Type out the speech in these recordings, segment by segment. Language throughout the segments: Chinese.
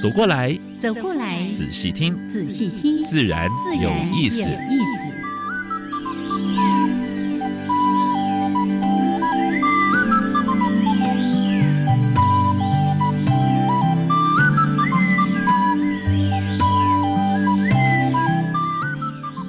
走过来，走过来，仔细听，仔细听，自然自然有有意思。意思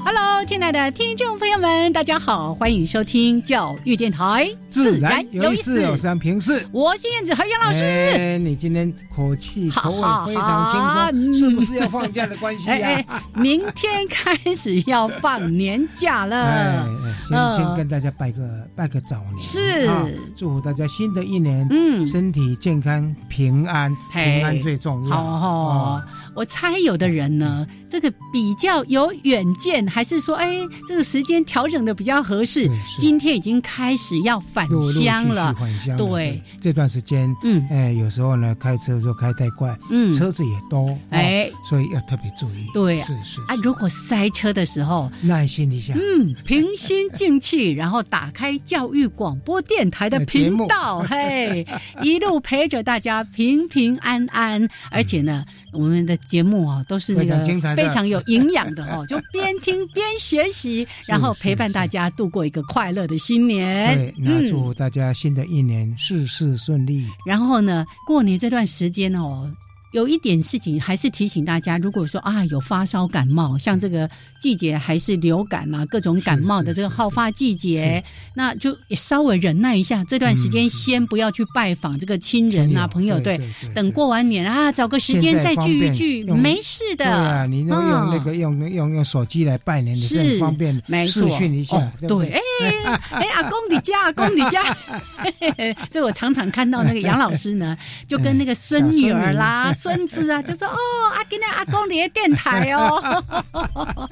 ，Hello，亲爱的听众朋友们，大家好，欢迎收听教育电台，自然有意思，我有是杨平视。我是燕子和杨老师。哎，你今天口气口好吻非好好常轻嗯松，是不是要放假的 关系啊哎呀？哎，明天开始要放年假了。哎，哎先呃先跟大家拜个拜个早年，是啊祝福大家新的一年嗯身体健康、平安，嘿平安最重要。好哦，我猜有的人呢，嗯这个比较有远见，还是说，哎，这个时间调整的比较合适是。是今天已经开始要返陆陆续续乡了，返乡了，对这段时间，嗯哎，有时候呢，开车就开太快，嗯，车子也多，哦哎所以要特别注意。对是是啊，如果塞车的时候，耐心一下。嗯，平心静气，然后打开教育广播电台的哎节频目道，嘿，一路陪着大家平平安安。而且呢，我们的节目哦都是那非常个精彩的非常有营养的 哦，就边听边学习，然后是陪伴大家度过一个快乐的新年对，。哎那祝大家新的一年事事顺利。然后呢，过年这段时间哦，有一点事情还是提醒大家，如果说啊有发烧感冒，像这个季节还是流感啊，各种感冒的是这个是好发季节，那就也稍微忍耐一下，这段时间嗯先不要去拜访这个亲人啊、朋友，对对。，等过完年啊，找个时间现在再方聚一便聚，用没事的。对啊，你都用那嗯个用用用手机来拜年，你是是很方便没错视讯一下哦，对不对，哎对？哎，阿公你 家，阿公你家， 嘿嘿嘿所以我常常看到那个杨老师 呢，就跟那个孙女儿哎啦、孙子啊，就说哦，阿今天阿公你的电台 哦，啊，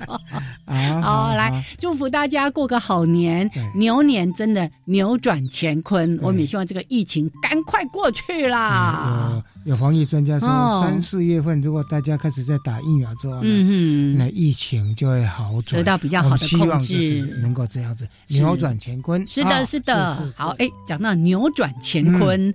哎好来，祝福大家过个好年对，牛年真的扭转乾坤，对我们也希望这个疫情赶快过去啦。啊，有有防疫专家说哦，三四月份如果大家开始在打疫苗之后呢，嗯那嗯，疫情就会好转，得到比较我好们的希控望就是制。能够这样子是扭转乾坤。是啊的，是的是，嗯好，哎，讲到扭转乾坤，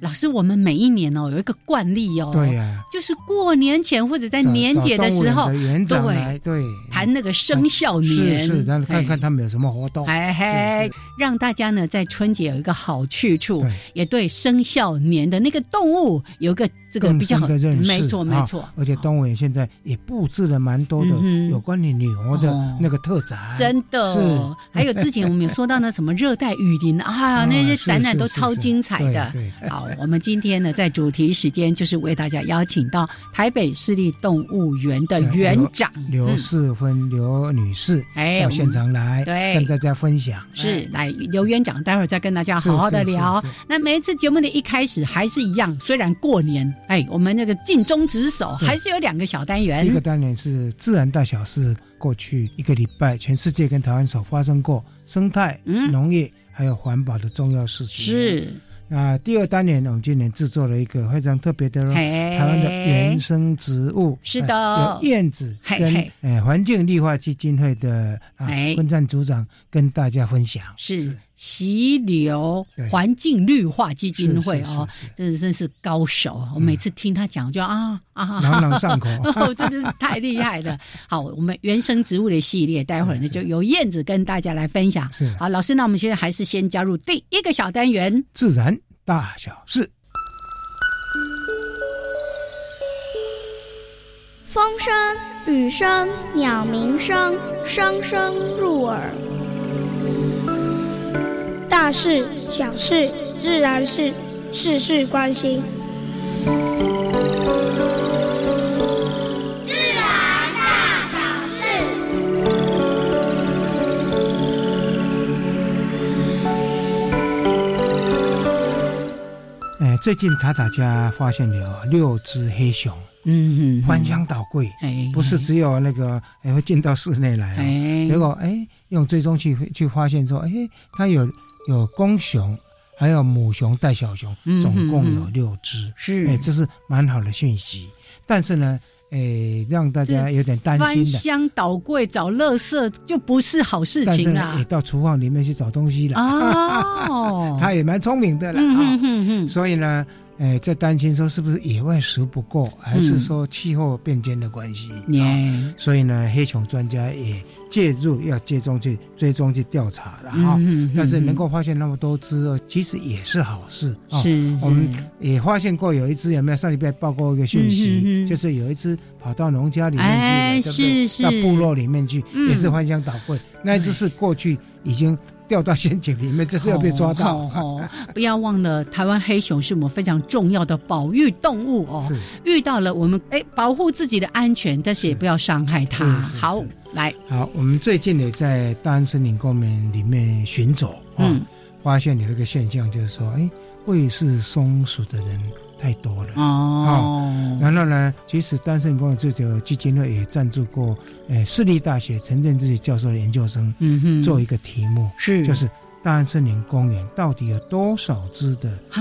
老师，我们每一年哦有一个惯例哦，对呀，就是过年前或者在找年节找的动物时园候的园长对来对谈那个生肖是年，是，然后看看嘿。他们有什么活动。哎嘿是，让大家呢在春节有一个好去处对，也对生肖年的那个动物有一个这个更比较深好的认识没错没啊错，而且动物园现在也布置了蛮多的哦嗯哼有关于牛的哦那个特展，真的哦是，还有之前我们有说到那什么热带雨林啊， 啊那些是展览是都是超是精彩对的。对 好，我们今天呢，在主题时间就是为大家邀请到台北市立动物园的对园刘长刘嗯世芬刘女士哎，到我现们场来对跟大家分享，是，来刘院长，待会儿再跟大家好好的聊哦是是是。那每一次节目的一开始还是一样，虽然过年，哎，我们那个尽忠职守对还是有两个小单哎。第一个元。单元是自然大小事，过去一个礼拜全世界跟台湾所发生过生态、嗯农业还有环保的重要事情。是，那第二单元，我们今年制作了一个非常特别的咯嘿台湾的原生植物，是的呃有燕子嘿跟嘿呃环境绿化基金会的啊哎昆赞组长跟大家分享，是溪流对环境绿化基金会是是哦是是，真的真是高手啊！我每次听他讲，我就啊啊啊，朗朗上口 哦，真的是太厉害了。好，我们原生植物的系列，待会儿呢是就由燕子跟大家来分享。是好，老师，那我们现在还是先加入第一个小单元。自然大小事。风声、雨声、鸟鸣声，声声入耳。大事、小事、自然是事事关心。自然哎最近塔塔家发现了六只黑熊，嗯嗯，翻箱倒柜，哎，不是只有那个哎会进到室内来、哦，哎，结果哎用追踪器去发现说，哎它有有公熊，还有母熊带小熊嗯，总共有嗯嗯六只，是哎这是蛮好的讯息，但是呢，哎让大家有点担翻心的。箱倒柜找垃圾就不是好事但是情啊呢，哎啦也。到厨房里面去找东西了。 ，哦他也蛮聪明的啦。啊、嗯嗯嗯所以呢，呃，在担心说是不是野外食不够，还是嗯说气候变迁的关系？嗯，啊耶，所以呢，黑熊专家也介入，要介中去追踪去调查了啊、嗯但是能够发现那么多只哦，其实也是好事啊。是我们也发现过有一只有没有上礼拜报过一个讯息，嗯嗯嗯就是有一只跑到农家里面去了，哎对不对？是是到部落里面去、嗯也是翻箱倒柜，那一只是过去已经掉到陷阱里面，这是要被抓到。哦哦哦不要忘了，台湾黑熊是我们非常重要的保育动物哦。是遇到了我们哎，保护自己的安全，但是也是不要伤害它。是是好是，来，好，我们最近也在大安森林公园里面寻找，啊、嗯发现有一个现象，就是说，哎，喂食松鼠的人太多了。哦，然后呢，其实大安森林公园自己有基金会也赞助过，呃，市立大学陈振志教授的研究生嗯哼，做一个题目，是就是大安森林公园到底有多少只的？啊，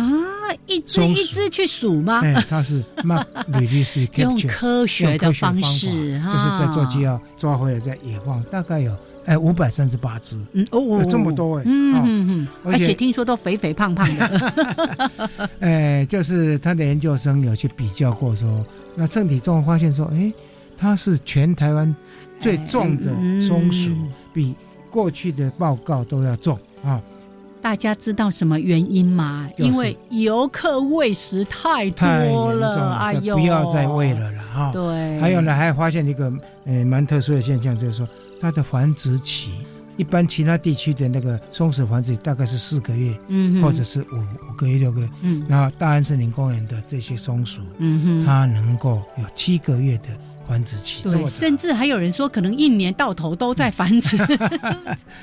一只松一鼠只去数吗？哎，它是 mark release 啊用 capture，科学的方式啊用科学的方哈，法就是在做鸡啊要抓回来在野放，大概有哎五百三十八只。嗯哦有这么多哎嗯哦嗯嗯，而而且且听说都肥肥胖胖的，哎，就是他的研究生有去比较过说，那称体重发现说，哎，它是全台湾 最重的松鼠，嗯比过去的报告都要重啊，大家知道什么原因吗？就是因为游客喂食太太严重多了，哎所以呦，不要再喂。了啦啊哈。对，还有呢，还发现一个呃蛮特殊的现象，就是说它的繁殖期，一般其他地区的那个松鼠繁殖大概是四个月、嗯哼，或者是五五个月、六个月，嗯然后大安森林公园的这些松鼠，嗯哼，它能够有七个月的繁殖期，这对，么甚长。至还有人说，可能一年到头都在繁 殖。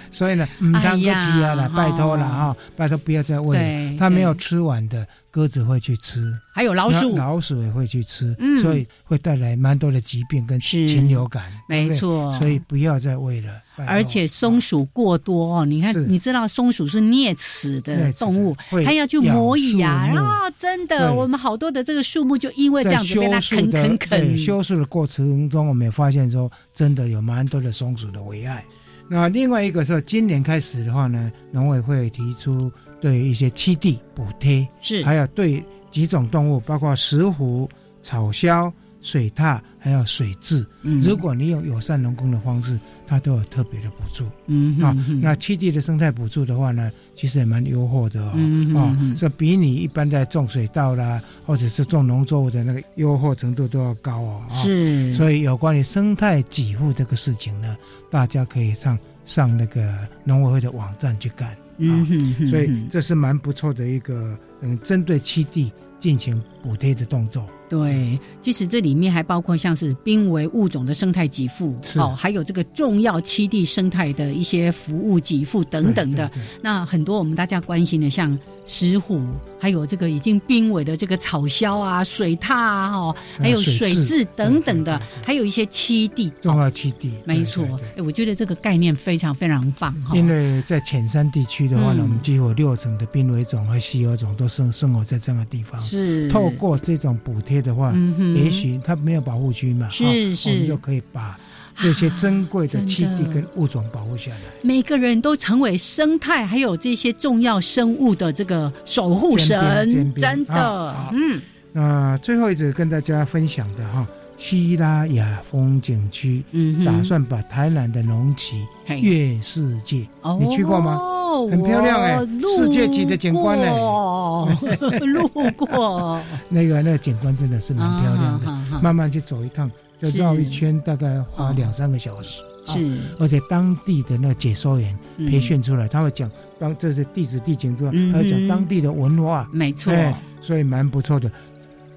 所以呢，唔当个鸡啊哎呀啦，拜托了哦哈，拜托不要再喂了。对，它没有对，吃完的，鸽子会去吃，还有老那鼠，老鼠也会去吃，嗯所以会带来蛮多的疾病跟是禽流感，没对不对错。所以不要再喂了。拜托哦哦而且松鼠过多哦，你看是，你知道松鼠是啮齿的啮齿的动物会，它要去磨牙，咬树然木后真的，对我们好多的这个树木就因为这在样子被它修啃树的啃对啃。修树的过程中，我们也发现说，真的有蛮多的松鼠的危害。那另外一个是今年开始的话呢，农委会提出对一些栖地补贴，是，还有对几种动物，包括石虎、草鸮、水獭，还有水蛭，嗯如果你用友善农耕的方式，它都有特别的补助嗯啊哼哼。那栖地的生态补助的话呢，其实也蛮优厚的哦。嗯哦嗯，嗯这比你一般在种水稻啦，或者是种农作物的那个优厚程度都要高哦。啊、是，所以有关于生态给付这个事情呢，大家可以上上那个农委会的网站去看。嗯哼哼啊所以哼这是蛮不错的一个，嗯，针对栖地进行补贴的动作。对，其实这里面还包括像是濒危物种的生态给付，是哦，还有这个重要栖地生态的一些服务给付等等的。对，对对那很多我们大家关心的，像石虎，还有这个已经濒危的这个草鸮啊、水獭啊，哦，还有水蛭水蛭等等的对对对，对还有一些栖地。重要栖地，没对错对对，哎，我觉得这个概念非常非常棒哈。因为在浅山地区的话呢，嗯我们几乎有六成的濒危种和稀有种都生生活在这样的地方。是透过这种补贴的话，嗯哼也许它没有保护区嘛，是哈是我们就可以把这些珍贵的啊栖地真的跟物种保护下来。每个人都成为生态还有这些重要生物的这个守护神肩，并肩真并的啊，嗯，那最后一则跟大家分享的哈，希拉雅风景区嗯哼打算把台南的龙旗嘿越世界，你去过吗？哦很漂亮哎我路世界级的景观哎过 路过，那个那个景观真的是蛮漂亮的，啊哈哈哦慢慢去走一趟，就是绕一圈，大概花两三个小时。啊是而且当地的那个解说员嗯培训出来，他会讲当这是地址地景之外，嗯哼还会讲当地的文化，没错，哎所以蛮不错的。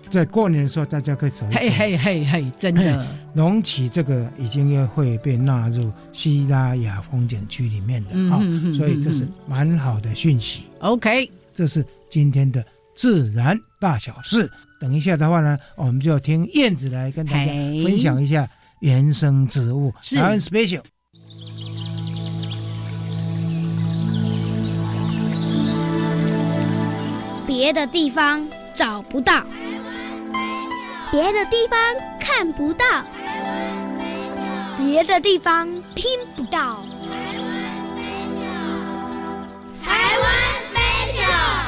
在过年的时候，大家可以走一走。嘿嘿嘿嘿，真的，龙旗这个已经也会被纳入西拉雅风景区里面的嗯啊嗯嗯，所以这是嗯蛮好的讯息。 ，OK，这是今天的自然大小事。等一下的话呢，我们就听燕子来跟大家嘿分享一下原生植物是台湾 special。别的地方找不到，别的地方看不到，别的地方听不到。台湾 special。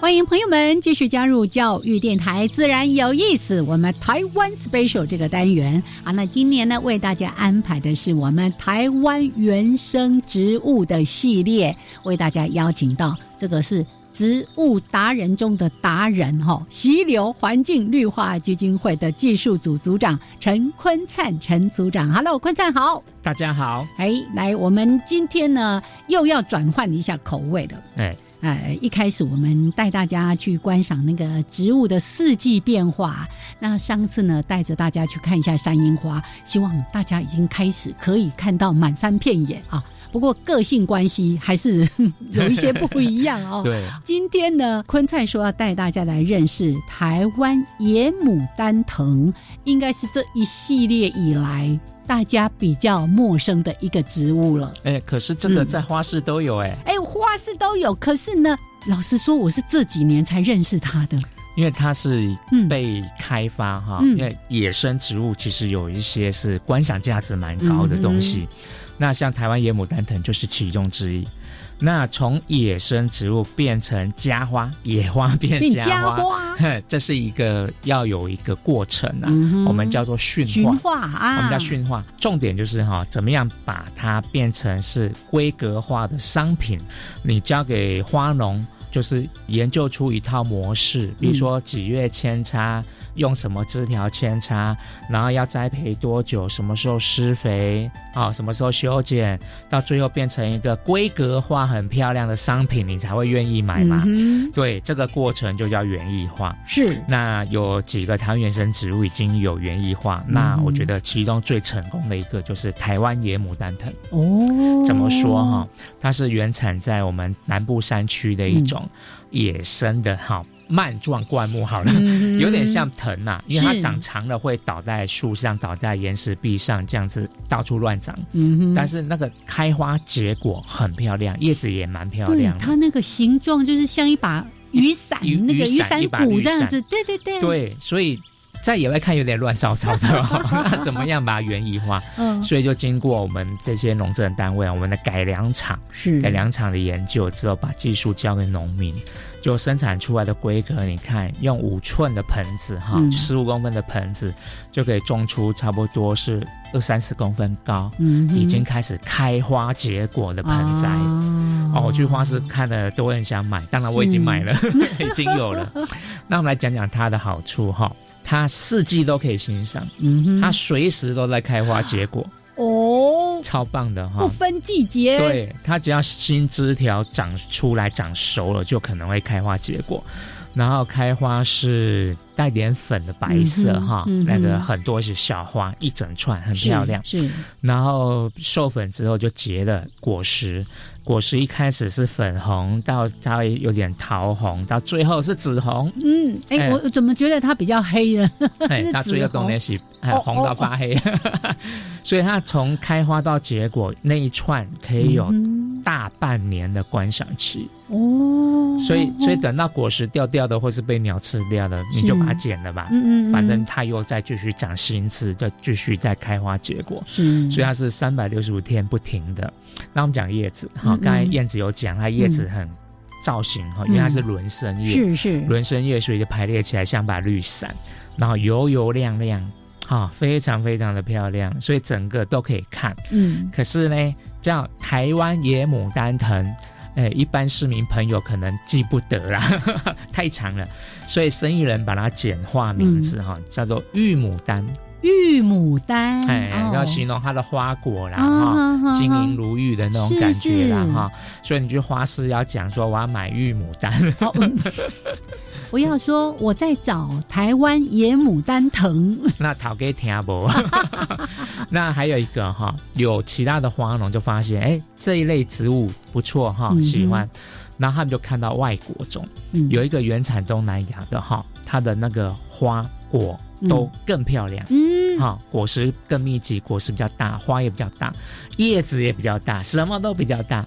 欢迎朋友们继续加入教育电台，自然有意思。我们台湾 special 这个单元啊，那今年呢为大家安排的是我们台湾原生植物的系列，为大家邀请到这个是。植物达人中的达人哈，溪流环境绿化基金会的技术组组长陈坤灿，陈组长，Hello，坤灿好，大家好，哎，来，我们今天呢又要转换一下口味了。哎，呃，一开始我们带大家去观赏那个植物的四季变化。那上次呢，带着大家去看一下山樱花，希望大家已经开始可以看到满山遍野啊。不过个性关系还是 有一些不一样哦。对，今天呢，坤灿说要带大家来认识台湾野牡丹藤，应该是这一系列以来大家比较陌生的一个植物了。哎，可是这嗯个在花市都有哎，哎，花式都有，可是呢，老实说，我是这几年才认识它 的。因为它是嗯被开发哈，嗯因为野生植物其实有一些是观赏价值蛮高的东嗯西，那像台湾野牡丹藤就是其中之一。那从野生植物变成家花，野花变变家家花，花，哼 这是一个要有一个过程啊，嗯哼我们叫做驯驯化。化啊，我们叫驯化，重点就是哈、怎么样把它变成是规格化的商品？你交给花农，就是研究出一套模式，嗯比如说几月扦插，用什么枝条扦插，然后要栽培多久，什么时候施肥，啊，什么时候修剪，到最后变成一个规格化很漂亮的商品，你才会愿意买嘛。嗯哼对，这个过程就叫园艺化。是那有几个台湾原生植物已经有园艺化，嗯那我觉得其中最成功的一个就是台湾野牡丹藤。哦，怎么说哈、？它是原产在我们南部山区的一嗯种野生的哈、蔓状灌木，好了。嗯有点像藤呐、因为它是长长了会倒在树上、倒在岩石壁上，这样子到处乱长。嗯哼但是那个开花结果很漂亮，叶子也蛮漂对亮的。它那个形状就是像一把雨伞，雨那个雨伞伞一把雨骨伞这样子，对对对，对，所以在野外看有点乱糟糟的、 哦，那 怎么样把它园艺化？嗯，所以就经过我们这些农政单位啊，我们的改良场、是改良场的研究之后，把技术交给农民，就生产出来的规格，你看用五寸的盆子哈嗯，十五公分的盆子就可以种出差不多是二三十公分高，嗯哼已经开始开花结果的盆栽。啊哦，我去花市看了都很想买，当然我已经买了， 已嗯经有 了。那我们来讲讲它的好处哈、它四季都可以欣赏，嗯哼，它随时都在开花结果，哦超棒的哈、不分季节，，对，它只要新枝条长出来、长熟了，就可能会开花结果。然后开花是带点粉的白色嗯哼哈、嗯哼那个很多是小花，一整串很漂亮。是然后授粉之后就结了果实，果实一开始是粉红，到它会有点桃红，到最后是紫红，嗯，哎、哎我怎么觉得它比较黑呢？哎是，它紫最后红当然是哎哦红到发黑， 所以它从开花到结果那一串可以有嗯大半年的观赏期，哦，所以所以等到果实掉掉的或是被鸟吃掉的，你就把它剪了吧，嗯嗯嗯，反正它又再继续长新枝，再继续再开花结果。是，所以它是三百六十五天不停的。那我们讲叶子，哈、嗯嗯刚才燕子有讲，它叶子很造型哈，因为它是轮生叶，是是轮生叶，所以就排列起来像把绿伞，然后油油亮亮，哈、非常非常的漂亮，所以整个都可以看。嗯可是呢，叫台湾野牡丹藤。哎，一般市民朋友可能记不得啦， 太长了，所以生意人把它简化名嗯字哈、叫做玉牡丹，玉牡丹，哎，哦要形容它的花果啦啊哈、哈哈晶莹如玉的那种感觉啦是是哈。所以你去花市要讲说我要买玉牡丹，好嗯不要说 我在找台湾野牡丹藤， 那讨给听不？ 那还有一个哈，有其他的花农就发现，哎，这一类植物不错哈，嗯喜欢。然后他们就看到外国种，嗯有一个原产东南亚的哈，它的那个花果都更漂亮。嗯哈、果实更密集，果实比较大，花也比较大，叶子也比较大，什么都比较大。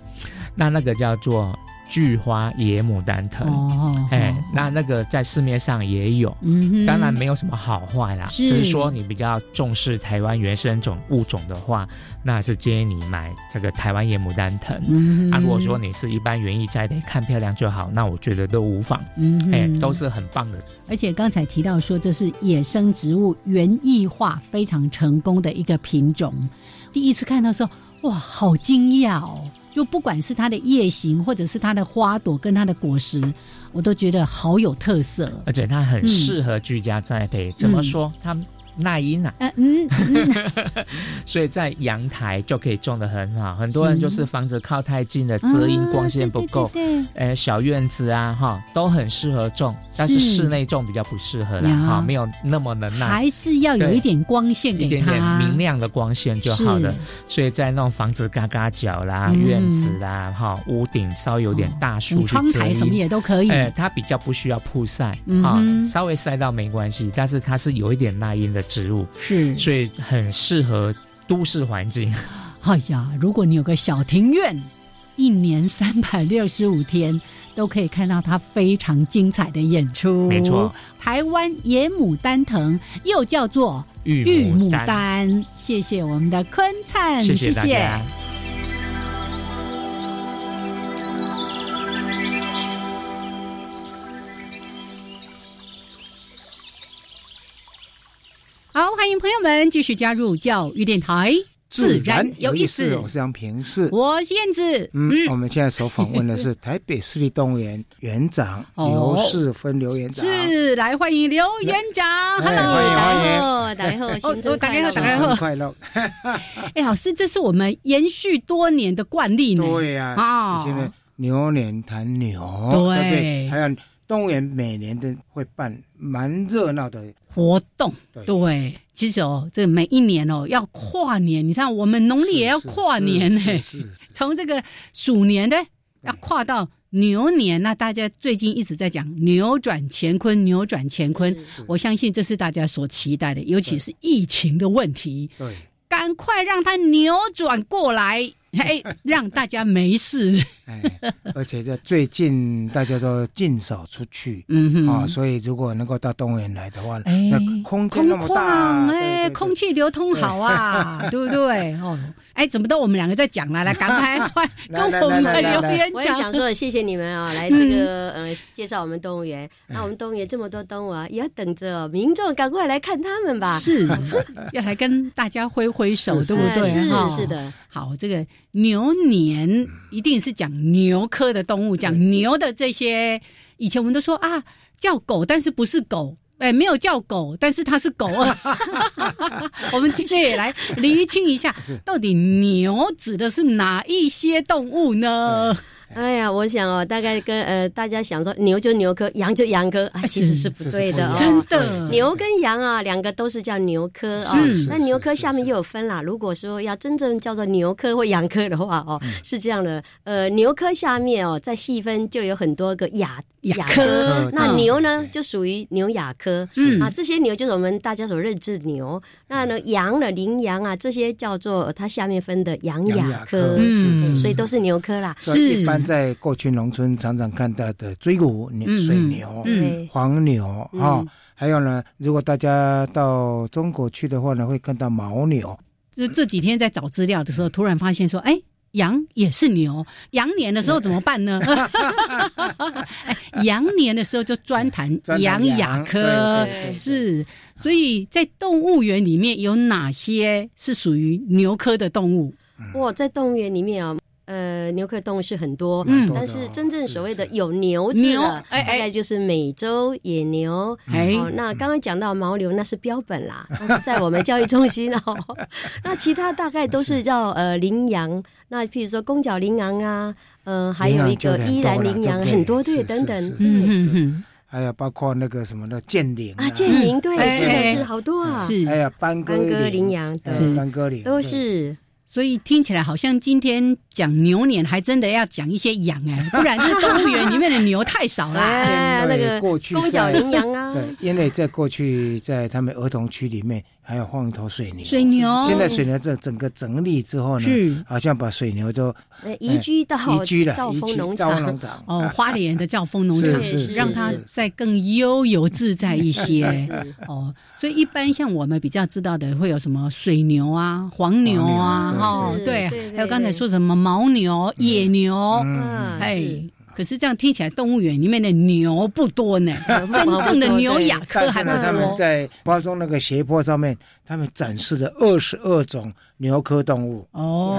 那那个叫做巨花野牡丹藤，哦哎、那那个在市面上也有。嗯哼当然没有什么好坏啦，是只是说你比较重视台湾原生种物种的话，那还是建议你买这个台湾野牡丹藤。嗯啊，哼如果说你是一般园艺栽培，看漂亮就好，那我觉得都无妨，嗯哼哎、都是很棒的。而且刚才提到说，这是野生植物园艺化非常成功的一个品种。第一次看到的时候，哇，好惊讶哦！就不管是它的叶形，或者是它的花朵跟它的果实，我都觉得好有特色。而且它很嗯适合居家栽培。怎么嗯说？它耐阴啊，呃嗯嗯，所以在阳台就可以种得很好。很多人就是房子靠太近了，遮阴光线不够啊，对对对对呃，小院子啊，哈，都很适合种，但是是室内种比较不适合啦，呀哈，没有那么能耐。还是要有一点光线一给点它，点明亮的光线就好了是，所以在那种房子嘎嘎角啦、嗯院子啦、哈屋顶稍微有点大嗯树去窗遮台什么阴，也都可以。哎，它比较不需要曝晒嗯啊哼，稍微晒到没关系，但是它是有一点耐阴的植物，是，所以很适合都市环境。哎呀，如果你有个小庭院，一年三百六十五天都可以看到它非常精彩的演出。没错，台湾野牡丹藤又叫做玉玉牡丹，丹。谢谢我们的坤灿，谢谢大家。好，欢迎朋友们继续加入教育电台，我是杨平是。我是燕子，嗯，我们现在所访问的 是台北市立动物园园长哦刘世芬刘园长。是来欢迎刘园长哎，Hello，欢迎欢迎后，打开后，新哦春打快开后乐！打开后新春快乐！哎，老师，这是我们延续多年的惯例呢。对呀、哦现在牛年谈牛，对对不对？还有动物园每年都会办蛮热闹的，活动，对对，其实哦，这每一年哦要跨年，你看我们农历也要是跨年呢、是是是是从这个鼠年的要跨到牛年，那大家最近一直在讲扭转乾坤，扭转乾坤，嗯我相信这是大家所期待的，尤其是疫情的问题，对。赶快让它扭转过来，哎，让大家没 事。。哎，而且在最近大家都尽少出去嗯哼，啊、所以如果能够到动物园来的话，哎那空间空那么旷，大，对哎，对对空气流通好啊，对不对？哦，哎，怎么都我们两个在讲 啦？来，赶快换来跟我们来来来刘来园我也想长。说，谢谢你们啊、来嗯这个呃介绍我们动物园。哎那我们动物园这么多动物啊，也要等着哦民众赶快来看他们吧。是，要来跟大家挥挥手，是对不对？哎哦是哈是。的，好，这个牛嗯年一定是讲牛科的动物，讲牛的这些。以前我们都说啊，叫狗，但是不是狗。哎，没有叫狗，但是它是狗。啊 我们今天也来厘清一下，到底牛指的是哪一些动物呢？哎呀，我想哦，大概跟呃大家想说，牛就牛科，羊就羊科，啊，是其实是不哎这是对的不一样哦。真的牛跟羊啊，两个都是叫牛科哦嗯是是。那是牛科是下面是也有分啦。如果说要真正叫做牛科或羊科的话哦，嗯是这样的。呃，牛科下面哦，再细分就有很多个亚亚科科。那嗯牛呢对，就属于牛亚科。嗯啊，这些牛就是我们大家所认知的牛。那呢，羊呢，羚羊啊，这些叫做呃它下面分的羊养亚雅科，嗯是是是所以都是牛科啦。所以是一般在过去农村常常看到的追骨牛、嗯水牛、嗯黄牛啊、嗯哦还有呢，如果大家到中国去的话呢，会看到牦牛，就这几天在找资料的时候，突然发现说，哎。羊也是牛，羊年的时候怎么办呢？ 哎羊年的时候就专谈专羊谈雅羊科对对对，对是，所以在动物园里面有哪些是属于牛科的动物？哇，在动物园里面啊，呃，牛科动物是很多，嗯蛮多的但哦是真正所谓的是是有牛字牛的，哎大哎概就是美洲野牛。哎，哦，那刚刚讲到牦牛，那是标本啦，那是在我们教育中心哦。 那其他大概都是叫呃羚羊，那譬如说公角羚羊啊，呃，还有一个羚羊就很多了依兰羚对羊，不对很多对是等是等是。嗯对嗯嗯，还有包括那个什么的剑岭啊，建嗯宁对，哎是的哎是好多啊，是还有班安哥哥羚羊呃的是班哥岭对都是所以听起来好像今天讲牛年，还真的要讲一些羊哎、不然这动物园里面的牛太少 啦。哎那因为个过去公角在羚羊啊，对，因为在过去，在他们儿童区里面还有放一头水牛，水牛现在水牛整整个整理之后呢，是好像把水牛都呃移居到哎移居了，兆移丰居农兆丰农场，场 哦，花莲的叫风农是场，是是让它是是再更悠游自在一 些。是啊哦，所以一般像我们比较知道的，会有什么水牛啊、黄牛啊，黄哦牛，对对对对，对还有刚才说什么牦牛、嗯野牛，嗯，哎是，可是这样听起来，动物园里面的牛不多呢，真正的牛亚科但还是不呢，他们多。哦在包中那个斜坡上面，他们展示了二十二种牛科动物，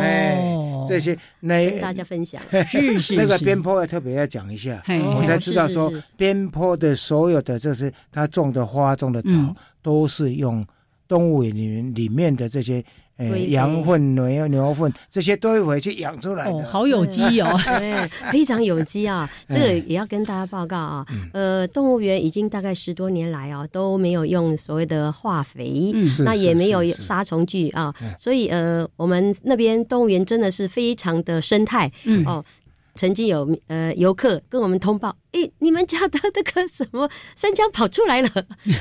哎哦，这些那跟大家分享，是是那个是边坡要特别要讲一下，嘿我才知道说嗯哦是是是边坡的所有的就是他种的花、种的草，嗯都是用动物园里面里面的这些呃堆肥羊粪、牛牛粪这些堆回去养出来的。哦，好有机哦，对，哎非常有 机啊！哎这个也要跟大家报告啊。嗯呃，动物园已经大概十多年来啊都没有用所谓的化肥，嗯是那也没有是是是杀虫剂啊嗯，所以呃，我们那边动物园真的是非常的生态嗯哦。曾经有呃游客跟我们通报，诶，你们家的那个什么三江跑出 来了，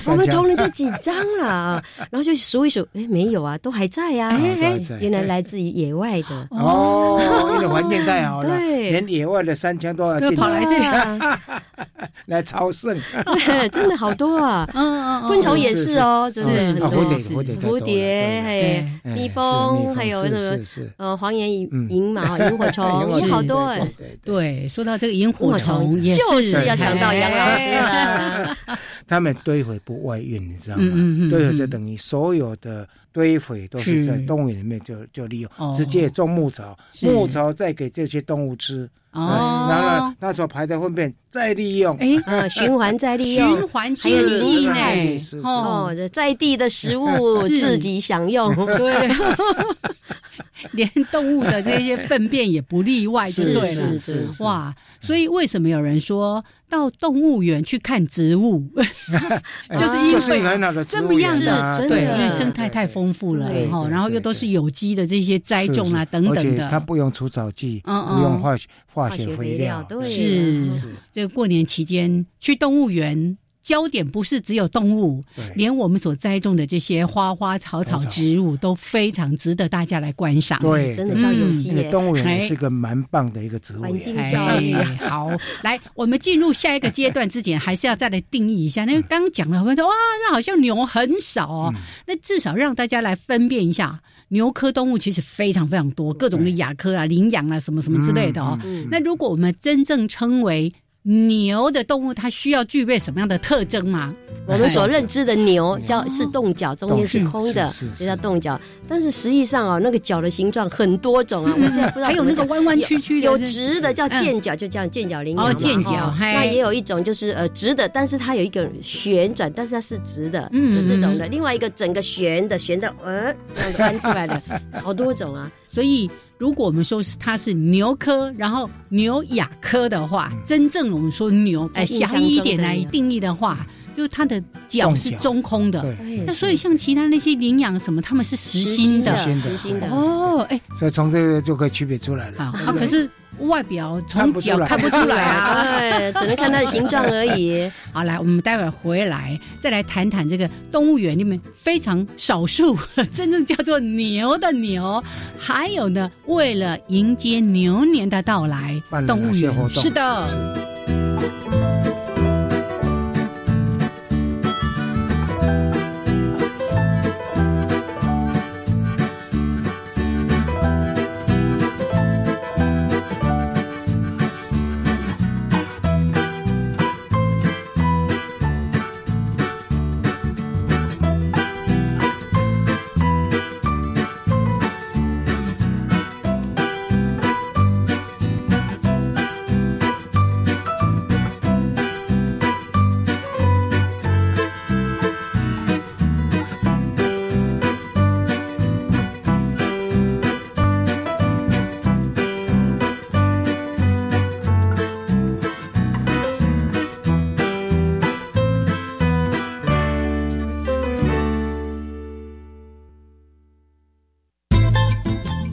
我们江同仁就紧张了啊， 然后就数一数，诶，没有啊，都还在呀、啊，啊诶都还诶在原来来自于野外 的， 哦，因为环境太好了，对连野外的山羌都要都进跑来这里，嗯来朝圣。对，真的好多啊，嗯嗯嗯，昆虫也是哦，是真的是很啊蝴多蝶蝴蝶太多了蝴蝶，对还哎蜜是蜂，还有是那个是是呃黄眼嗯萤萤毛、萤火虫，萤火也好多对哎。对对对对，说到这个萤火萤虫，也就是要想到杨老师哎了， 他们堆肥不外运，你知道吗？嗯嗯嗯堆肥就等于所有的堆肥都是是在动物园里面就就利用，哦直接种牧草，是牧草再给这些动物吃，哎对然后哦呢，，它所排的粪便再利用，哎，呃，循环再利循用。环还有经济这个概念呢是，哦哦，，这在地的食物是自己享用，对， 连动物的这些粪便也不例外，就是对是了。是，哇，所以为什么有人说到动物园去看植物？ 哎就是因为这是一个很好的植这物么样园啊是真的对，因为对生态太丰富了，对然后对然后对又都对是有机的这些栽种啊是是等而等且的。它不用除草剂，嗯嗯不用化学化化学学肥肥料，对，是嗯这个过年期间去动物园，焦点不是只有动物，对连我们所栽种的这些花花草草草草植物都非常值得大家来观赏。对，嗯 真的叫有机因为耶，动物园哎也是个蛮棒的一个植物环境园，嗯哎教育，啊好，来，我们进入下一个阶段之前，还是要再来定义一下。那刚刚讲了，我们说哇，那好像牛很少哦，那至少让大家来分辨一下，牛科动物其实非常非常多，各种的亚科啊、羚羊啊，什么什么之类的哦。嗯，那如果我们真正称为牛的动物，它需要具备什么样的特征吗？我们所认知的牛叫是动角，中间是空的是是，是这叫动角。但是实际上啊，那个角的形状很多种啊，我现在不知道 还有怎么那个讲弯弯曲曲的，有这直的叫嗯剑角，就叫剑角羚羊哦嘛。剑角哦嗨那也有一种就是呃直的，但是它有一个旋转，但是它是直的，嗯是这种的。另外一个整个悬的，悬到呃这样子弯出来的， 好多种啊。所以，如果我们说是它是牛科，然后牛亚科的话，真正我们说牛，在呃，印象狭义一点中的来牛定义的话，就是它的脚是中空的。对，对那，所以像其他那些羚羊什么，它们是实心的。心的实心的。哦，哎、所以从这个就可以区别出来好，了。它、可是外表看从不出脚来看不出来啊。对，哎只能看它的形状而已。好，来，我们待会儿回来再来谈谈这个动物园里面非常少数 真正叫做牛的牛，还有呢，为了迎接牛年的到来办，了动物哪些活园动是的。是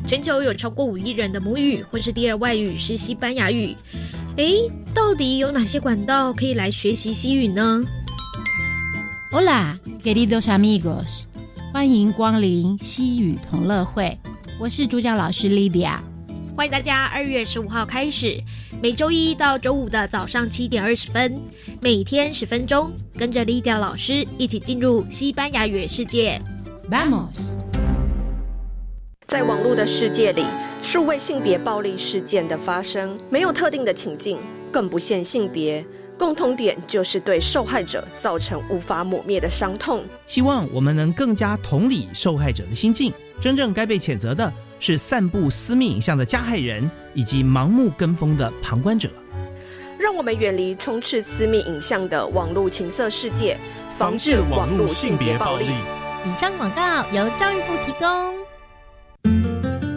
全球有超过五亿人的母语或是第二外语是西班牙语。诶，到底有哪些管道可以来学习西语呢？ Hola, queridos amigos，欢迎光临西语同乐会，我是主讲老师 Lydia。欢迎大家二月十五号开始，每周一到周五的早上七点二十分，每天十分钟，跟着 Lydia 老师一起进入西班牙语世界。 Vamos！在网络的世界里，数位性别暴力事件的发生没有特定的情境，更不限性别。共通点就是对受害者造成无法抹灭的伤痛。希望我们能更加同理受害者的心境。真正该被谴责的是散布私密影像的加害人，以及盲目跟风的旁观者。让我们远离充斥私密影像的网络情色世界，防治网络性别暴力。以上广告由教育部提供。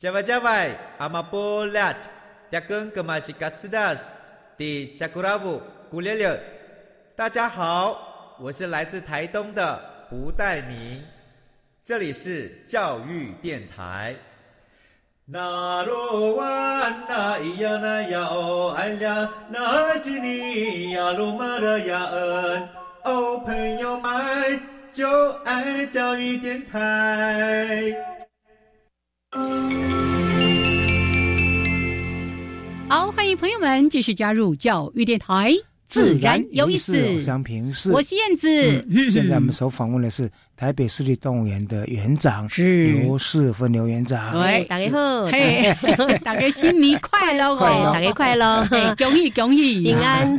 Java Java Amapolat Dakun Kamashikatsidas Di Chakuravu Gulele。大家好，我是来自台东的胡代明，这里是教育电台。那罗哇那咿呀那呀哦哎呀，那是你呀鲁玛的呀恩哦，朋友们就爱教育电台。好，欢迎朋友们继续加入教育电台，相平是。我是燕子，嗯现在我们所访问的是台北市立动物园的园长是刘世芬刘园长。喂打开后，嗯哎嘿，大家新年快 乐快乐哦！打开快喽，嘿恭喜恭喜平！安。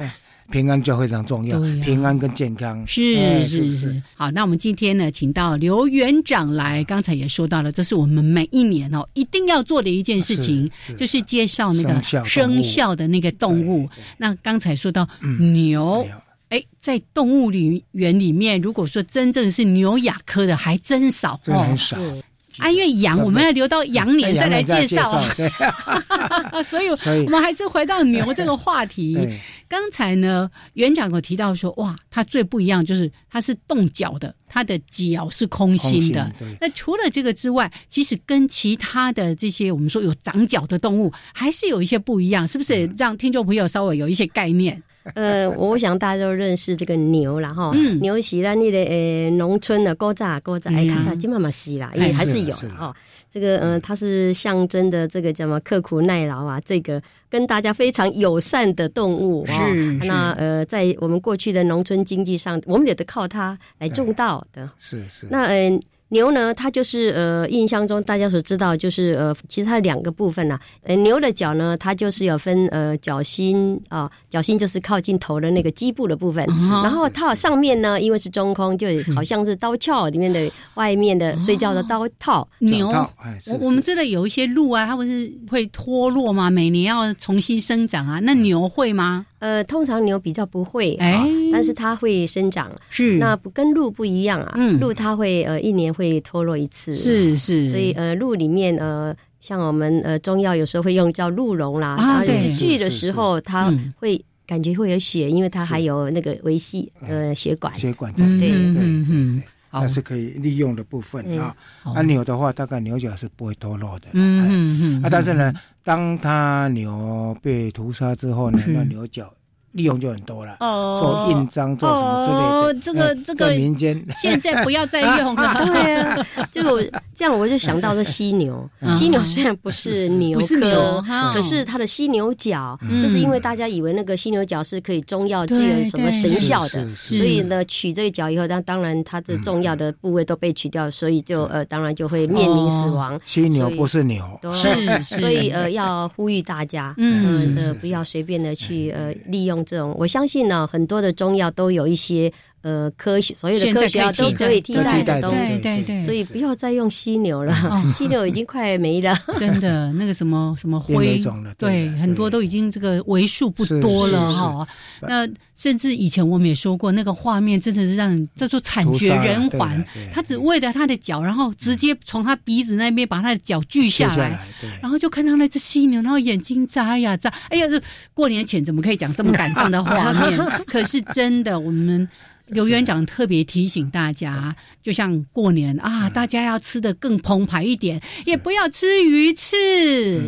平安就非常重要，对呀平安跟健康哎是是不是是啊是，好，那我们今天呢，请到刘园长来。刚才也说到了，这是我们每一年哦一定要做的一件事情，啊是就是介绍那生肖动个物生肖的那个动物对对。那刚才说到嗯牛没，有哎、在动物里园里面，如果说真正是牛亚科的还真少真的哦很。少。哎啊，因为羊，我们要留到羊年再来介绍啊，对， 所以 所以我们还是回到牛这个话题。 对刚才呢，园长有提到说，哇，它最不一样就是它是动脚的，它的脚是空心的。空心对那除了这个之外，其实跟其他的这些我们说有长脚的动物，还是有一些不一样，是不是？让听众朋友稍微有一些概念。呃，我想大家都认识这个牛啦，哈、嗯牛是咱那个呃农村的古早古早，哎，嗯咔嚓，今妈妈是啦，哎也还是是啦有是啦啦，哈、这个嗯、呃它是象征的这个叫什么刻苦耐劳啊，这个跟大家非常友善的动物哦是那呃，在我们过去的农村经济上，我们也得靠它来种稻的。是是。那嗯、呃牛呢，它就是呃，印象中大家所知道，就是呃，其实它两个部分呐、呃，牛的脚呢，它就是有分呃脚心啊、脚心就是靠近头的那个基部的部分，嗯然后它上面呢，因为是中空，就好像是刀鞘里面的外面的，所以叫哦做刀套。牛，讲到哎是我我们是真的有一些鹿啊，它不是会脱落吗？每年要重新生长啊。那牛会吗？呃，通常牛比较不会哎啊，但是它会生长。是那不跟鹿不一样啊，嗯鹿它会呃一年会脱落一次，是是，所以呃，鹿里面呃，像我们呃中药有时候会用叫鹿茸啦，啊然后对你去是的是时是候它嗯会。感觉会有血，因为它是还有那个维系呃血管。血管在嗯嗯对嗯对嗯对，，好那，是可以利用的部分啊。好那牛的话，大概牛角是不会脱落的。嗯哎嗯嗯，啊，嗯但是呢，当它牛被屠杀之后呢，是那牛角利用就很多了，哦做印章，做什么之类的。哦这个哎这个在民间现在不要再用了，对啊，就我这样我就想到了犀牛嗯。犀牛虽然不是牛不是牛科，哈，可是它的犀牛角，嗯就是因为大家以为那个犀牛角是可以中药具有对什么神对效的，是所是以呢，取这个角以后，当当然它这重要的部位都被取掉，所以就是呃，当然就会面临死亡。犀牛所以不是牛，对是是所以呃，要呼吁大家，嗯呃是是这是不要随便的去呃利用这种。我相信呢，很多的中药都有一些呃科学所有的科学啊都可以替代的东西，对对，所以不要再用犀牛了， 犀牛已经快没了。真的，那个什么 什么灰，对，很多都已经这个为数不多了哈。那甚至以前我们也说过，那个画面真的是让人叫做惨绝人寰。他只为了他的脚，然后直接从他鼻子那边把他的脚锯下来，然后就看到那只犀牛，然后眼睛眨呀眨。哎呀，过年前怎么可以讲这么感伤的画面？可是真的，我们。刘园长特别提醒大家，就像过年啊，大家要吃的更澎湃一点，也不要吃鱼翅，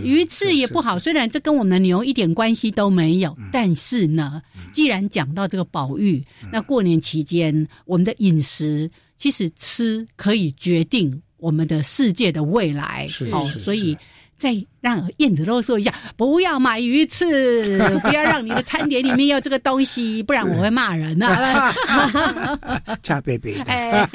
鱼翅也不好。虽然这跟我们的牛一点关系都没有，但是呢，既然讲到这个保育，那过年期间我们的饮食，其实吃可以决定我们的世界的未来。哦，所以。再让燕子啰嗦一下，不要买鱼翅，不要让你的餐点里面有这个东西，不然我会骂人啊！恰贝贝，哎，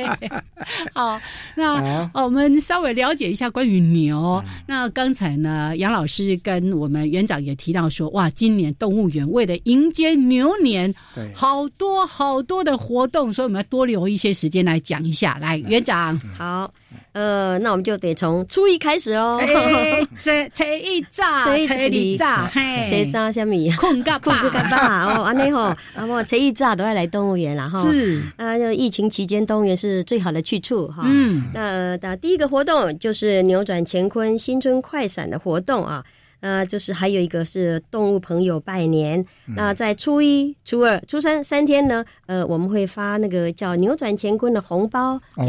好，那我们稍微了解一下关于牛。嗯、那刚才呢，杨老师跟我们园长也提到说，哇，今年动物园为了迎接牛年，好多好多的活动，所以我们要多留一些时间来讲一下。来，园长，嗯、好。呃，那我们就得从初一开始哦。哎 这初一炸，初一炸，嘿，初三什么？困觉困觉吧哦，安尼吼， 啊我初一炸都要来动物园了哈。是啊，就疫情期间，动物园是最好的去处哈。嗯，那那第一个活动就是扭转乾坤新春快闪的活动啊。那就是还有一个是动物朋友拜年。那在初一、初二、初三三天呢，呃，我们会发那个叫“扭转乾坤”的红包给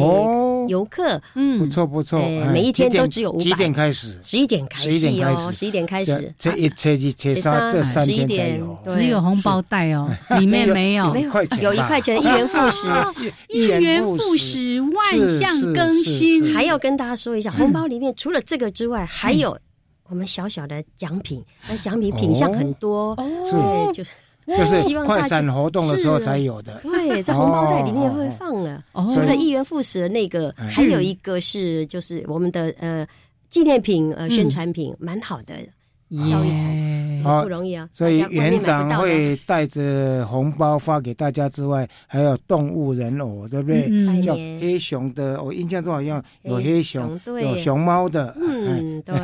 游客。嗯，不错不错。哎每一天都只有五百。几点开始？十一点开始哦，十一点开始。这一、这一、这三、这三天才有。只有红包袋哦，里面没有，没有，有一块钱，一元复始，啊 一元复始，万象更新。还要跟大家说一下，红包里面除了这个之外，还有。我们小小的奖品，那奖品品相很多，对，哦就是就是希望快闪活动的时候啊才有的。对，在红包袋里面会放了。除了一元复始的那个，哎还有一个是就是我们的呃纪念品呃嗯宣传品，蛮好的，效益不容易啊。所以园长会带着红包发给大家之外，还有动物人偶，对不嗯对？叫黑熊的，我印象中好像有黑熊，有熊猫的。哎哎嗯，对，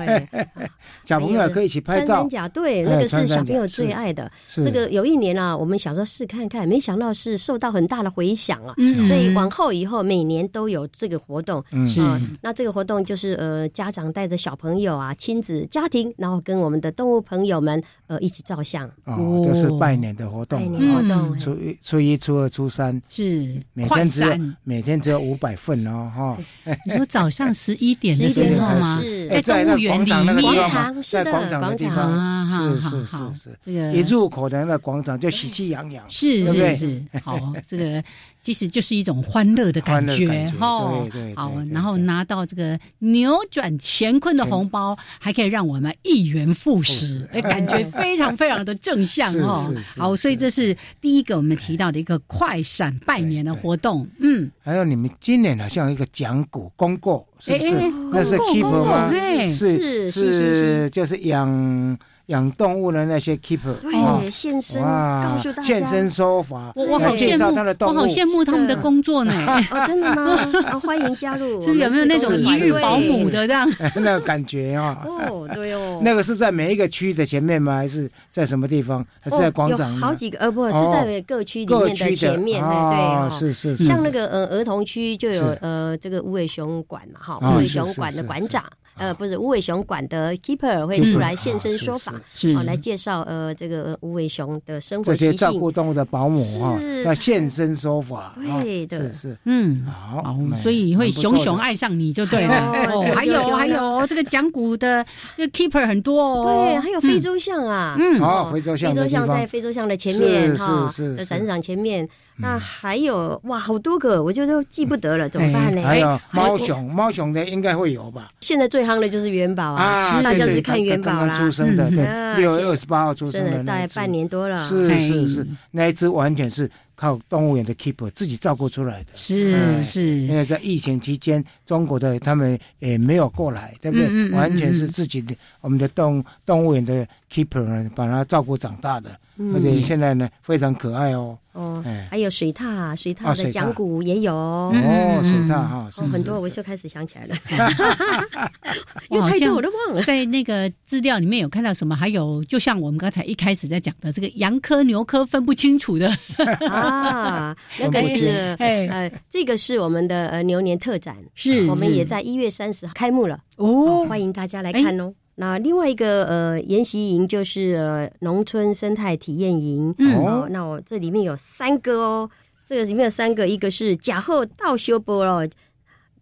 小朋友可以一起拍照。穿山甲，对，那个是小朋友最爱的。这个有一年啊，我们想说试看看，没想到是受到很大的回响啊。嗯所以往后以后每年都有这个活动。嗯，那这个活动就是呃，家长带着小朋友啊，亲子家庭，然后跟我们的动物朋友们呃一起照相。哦，这是拜年的活动。哦嗯拜年活动，初一、初一、初二、初三是每天只有每天只有五百份哦，哈。你说早上十一点的时候吗？哎哦在动物园里面，在广场的地方，是是是是，这个一入口的那广场就喜气洋洋，是是是，好，这个其实就是一种欢乐的感觉哈。对好，然后拿到这个扭转乾坤的红包，还可以让我们一元复始，哎，感觉非常非常的正向哦。好，所以这是第一个我们提到的一个快闪拜年的活动，嗯。还有你们今年好像有一个讲古公告。是不是？那是 keeper 吗？哎是是就是养养动物的那些 keeper，哦哦对，现身告诉大家，现身说法， 我我好羡慕他的我好羡慕他们的工作呢。哎 哦真的 吗？欢迎加入， 是有没有那种一日保姆的这样？那个感觉啊，哦，对哦，那个是在每一个区的前面吗？还是在什么地方？还是在广场？哦哦好几个，呃，不是在各区里面的前面，哎对，啊哦是是嗯是，像那个呃儿童区就有呃这个无尾熊馆嘛。哦哈，无尾熊馆的馆长，啊呃，不是无尾熊馆的 keeper 会出来嗯现身说法，哦，来介绍呃这个无尾熊的生活这些嗯照顾动物的保姆啊，要现身说法，对的，是是，嗯，好，所以会熊熊爱上你就对了。哦，还有还有这个讲古的这个 keeper 很多哦，对，嗯还有非洲象啊，嗯，哦，非洲象，非洲象在非洲象的前面哈，是嗯展场前面。那还有哇，好多个，我就都记不得了，怎么办呢？哎哎还有猫熊，猫熊的应该会有吧？现在最夯的就是元宝啊，大家是看元宝啦。嗯啊出生的，对，六月二十八号出生的，大概半年多了。哎是是是，那一只完全是靠动物园的 keeper 自己照顾出来的。是哎是嗯因为在疫情期间，中国的他们也没有过来，对不对？嗯嗯嗯完全是自己的我们的动动物园的 keeper 呢，把它照顾长大的，嗯而且现在呢非常可爱哦。哦哎，还有水獭，水啊獭水的獭讲骨也有哦哦水獭哈是哦是很多是我就开始想 起来了，我 因好为太像多我都忘了。在那个资料里面有看到什么，还有就像我们刚才一开始在讲的，这个羊科牛科分不清楚的啊，那个是呃，这个是我们的呃牛年特展，是我们也是在一月三十号开幕了哦，欢迎大家来看哦。那另外一个呃研习营就是呃农村生态体验营，嗯哦，那我这里面有三个哦，这个里面有三个，一个是假后倒修波哦。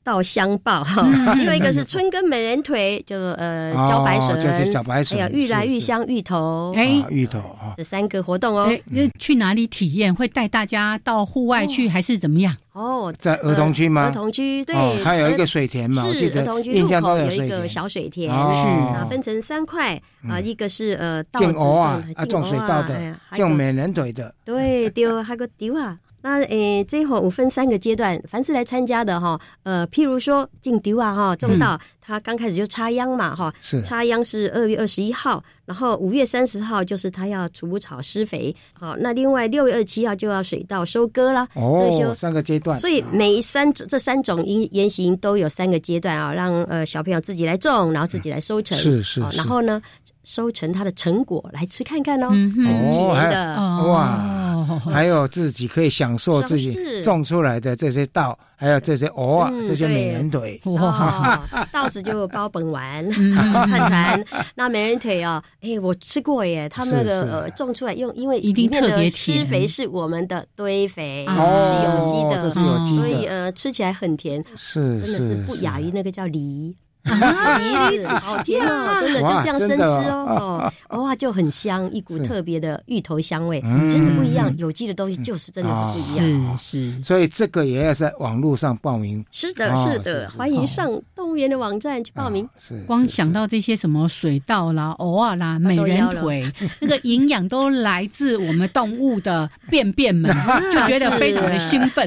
稻香报哈，另外一个是春耕美人腿，就呃嗯哦茭白笋，就是茭白笋还有玉来是玉香哎芋头，啊，芋头啊，这三个活动哦。哎，那去哪里体验？会带大家到户外去，还是怎么样？哦，在儿童区吗儿童区对哦，，还有一儿个水田嘛，我记是儿得童区印入象口中有水一个田。小水田，哦嗯啊，分成三块啊，一个是呃稻种子藕啊种，的啊，种水稻哎呀的，还有种美人腿的，对丢还有个丢啊。那诶，这一会儿我分三个阶段，凡是来参加的哈，呃，譬如说进丢啊哈，种稻，他刚开始就插秧嘛哈，嗯是插秧是二月二十一号，然后五月三十号就是他要除草施肥，好，那另外六月二十七号就要水稻收割啦，这些哦，三个阶段，嗯所以每三种这三种因言行都有三个阶段啊，让呃小朋友自己来种，然后自己来收成，是是哦是然后呢收成它的成果来吃看看哦，嗯哼很哦，甜还有的。哇，哦还有自己可以享受自己像是种出来的这些稻，还有这些藕啊，嗯这些美人腿，哦，到此就包 本丸、嗯饭团，那美人腿哦，哎，我吃过耶，他们是那个是呃种出来用，因为一定里面特别的甜施肥是我们的堆肥，哦是有机的，这是有机的所以呃吃起来很甜，是真的是不是亚于那个叫梨。啊梨子好甜哦，真的就哇这样生真的吃哦哦，哦哇就很香，一股特别的芋头香味嗯，真的不一样。有机的东西就是真的是不一样。是是，所以这个也要在网络上报名，是的，哦是的，欢迎上动物园的网站去报名。啊是光想到这些什么水稻啦、偶尔啦、美人腿，那个营养都来自我们动物的便便 们，啊就觉得非常的兴奋。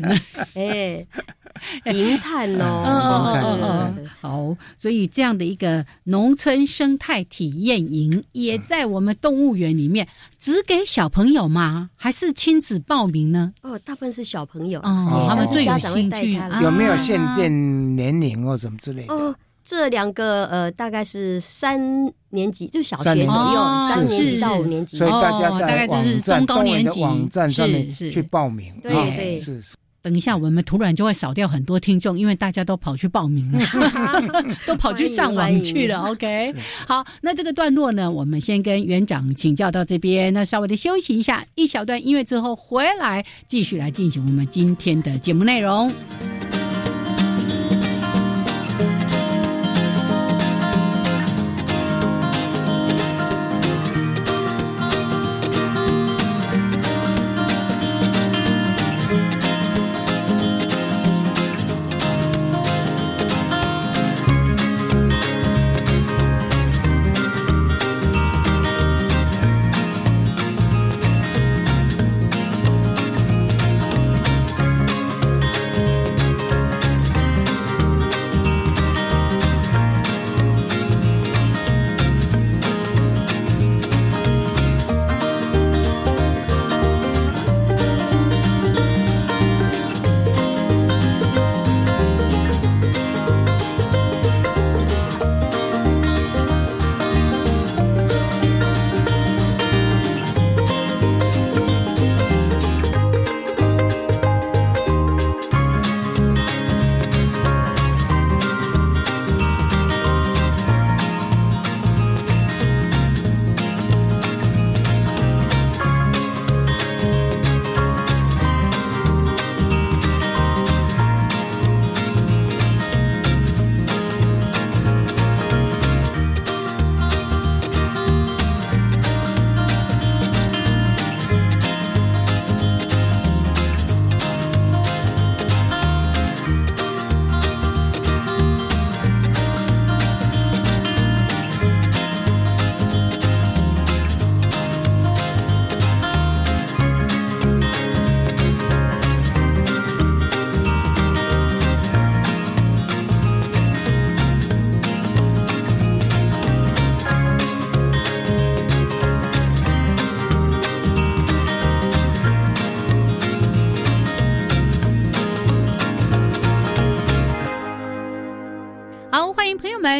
哎，银炭哦哦，哦对哦哦对对，好，所以这样的一个农村生态体验营也嗯在我们动物园里面，只给小朋友吗？还是亲子报名呢？哦，大部分是小朋友，哦哎他们但是最有家长会兴带趣他啊来有没有限定年龄或什么之类的？哦，这两个呃，大概是三年级，就小三学年只级有哦三年是级到五年级所以，大家哦大概在就是网中站高动物园年的级网站上面是是去报名，对啊对是是等一下，我们突然就会少掉很多听众，因为大家都跑去报名 了，都跑去上网去了。OK，好，那这个段落呢，我们先跟园长请教到这边，那稍微的休息一下，一小段音乐之后回来继续来进行我们今天的节目内容。天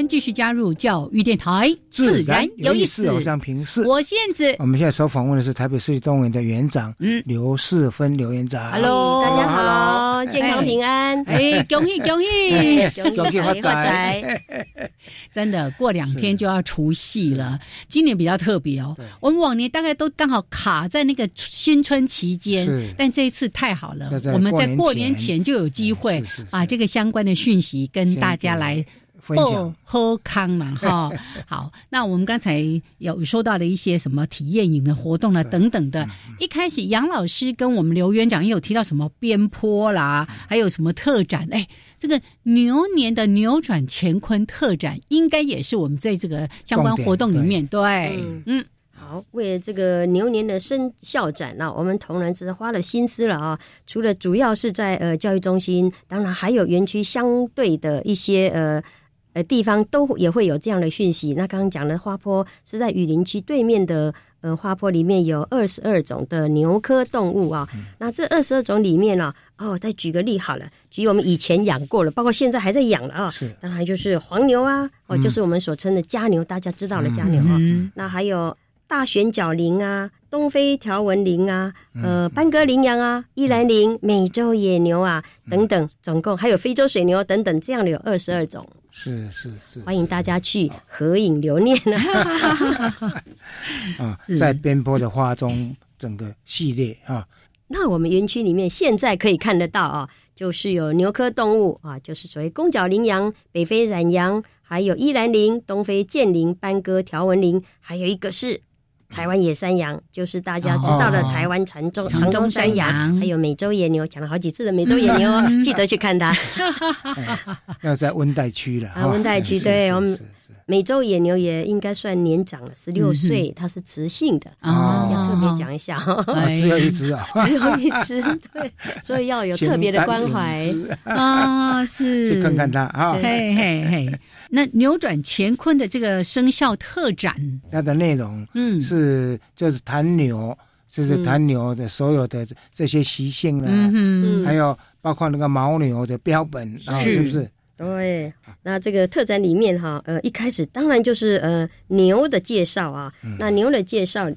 继续加入教育电台，自然有意思。我上平视，我燕子。我们现在所访问的是台北市立动物园的园长，嗯，刘世芬刘园长。 Hello，哦大家好，健康平安，哎，恭喜 恭 哎喜！恭喜发发财 财！真的，过两天就要除夕了。今年比较特别哦，我们往年大概都刚好卡在那个新春期是间，但这一次太好了要在，我们在过过年年前哎前就有机会把这个相关的讯息跟大家来分享报喝哦康嘛 哈。好，那我们刚才有说到的一些什么体验营的活动啦等等嗯的。一开始杨老师跟我们刘园长也有提到什么边坡啦，嗯还有什么特展，哎，这个牛年的扭转乾坤特展，应该也是我们在这个相关重点活动里面，对，嗯嗯，好，为了这个牛年的生肖展呢、我们同仁是花了心思了啊。除了主要是在呃教育中心，当然还有园区相对的一些呃。呃，地方都也会有这样的讯息。那刚刚讲的花坡是在雨林区对面的呃花坡里面有二十二种的牛科动物啊。那这二十二种里面呢、哦，再举个例好了，举我们以前养过了，包括现在还在养了哦啊。是，当然就是黄牛啊，哦，嗯就是我们所称的家牛，大家知道的家牛啊。嗯那还有大旋角羚啊、东非条纹羚啊、呃班格羚羊啊、伊兰羚、美洲野牛啊等等，总共还有非洲水牛等等，这样的有二十二种，是是是欢迎大家去合影留念啊。啊，嗯在边坡的花中整个系列啊，那我们园区里面现在可以看得到啊，就是有牛科动物啊，就是所谓公角羚羊、北非染羊，还有伊兰羚、东非剑羚、斑哥条纹羚，还有一个是。台湾野山羊就是大家知道的哦台湾长中长长鬃中山山羊羊，还有美洲野牛，讲了好几次的美洲野牛哦，记得去看它啊要在温带区了啊。温带区，对我们美洲野牛也应该算年长了，十六嗯岁，它是雌性的，啊哦嗯要特别讲一下哦 哎啊，只有一只啊，只嗯有一只，对，所以要有特别的关怀。啊，是 去看看它啊嘿嘿嘿。那扭转乾坤的这个生肖特展，它的内容，嗯是就是谈牛，就是嗯谈牛的所有的这些习性啦，嗯哼还有包括那个牦牛的标本啊，是是不是？对，哦哎那这个特展里面哈，呃，一开始当然就是呃牛的介绍啊，那牛的介绍。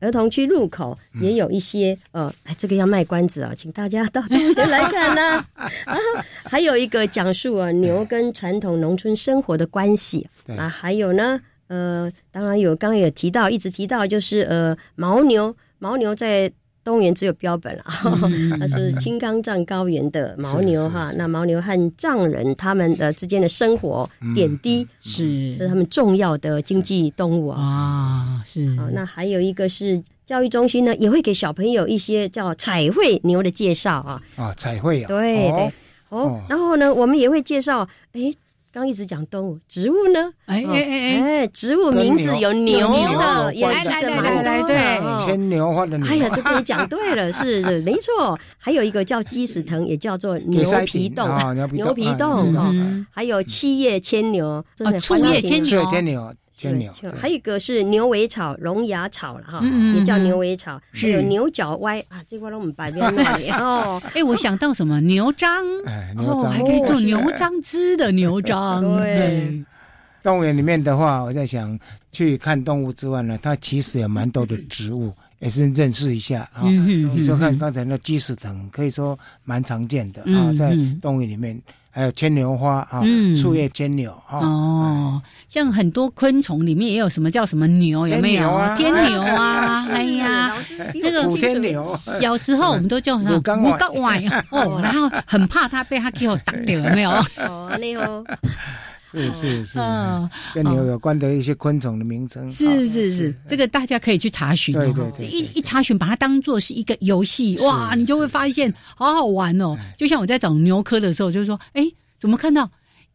儿童区入口也有一些，呃，哎，这个要卖关子啊，请大家到动物园来看呐、啊。还有一个讲述啊牛跟传统农村生活的关系，对那还有呢，呃，当然有，刚刚有提到，一直提到就是呃牦牛，牦牛在动物园只有标本了、嗯啊，它是青冈藏高原的牦牛哈，那牦牛和藏人他们的之间的生活点滴、是这是他们重要的经济动物啊。啊，是好，那还有一个是教育中心呢，也会给小朋友一些叫彩绘牛的介绍啊。啊，彩绘啊，对对哦，哦，然后呢，我们也会介绍，哎，刚一直讲动物，植物呢，哎哦哎哎哎哎，植物名字有牛的，也来是来蛮来来多的哎对，哦牵牛或者牛，啊哎呀，都被你讲对 了，是是没错。还有一个叫鸡屎藤，也叫做牛皮 哦洞啊，牛，皮洞牛皮嗯洞啊哦。还有七叶牵牛，真的哦欢迎树叶牵牛对牵牛，牵牛，就还有一个是牛尾草、龙牙草了哈嗯嗯，也叫牛尾草，是还有牛角歪啊，这块让我们摆边那 里哦。哎，我想到什么牛樟，哎，牛哦，樟还可以做牛樟汁的牛樟， 对，动物园里面的话，我在想去看动物之外呢，它其实有蛮多的植物，也是认识一下啊。嗯哼嗯哼你说看刚才那鸡屎藤，可以说蛮常见的啊，嗯在嗯动物园里面还有牵牛花啊嗯，树叶牵牛啊，哦，像很多昆虫里面也有什么叫什么牛，有没天牛有啊天牛 啊？ 是哎呀老师，那个古天牛啊小时候我们都叫它古冈古丸冈丸 哦，然后很怕它被它给我打掉，有没有？哦，那哦，是是 是哎嗯，跟牛有关的一些昆虫的名称啊是是是，这个大家可以去查询哦。对对对一一查询，把它当做是一个游戏，哇，你就会发现好好玩哦。哎就像我在找牛科的时候，就是说，哎，怎么看到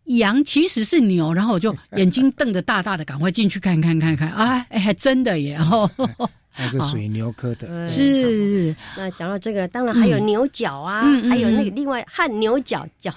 羊其实是牛？然后我 就眼睛瞪得大大的，赶快进去看看看看，啊，哎，还真的 耶！哦，它是属于牛科的，啊对是那讲到这个，当然还有嗯牛角啊，嗯嗯还有那个嗯另外和牛角角。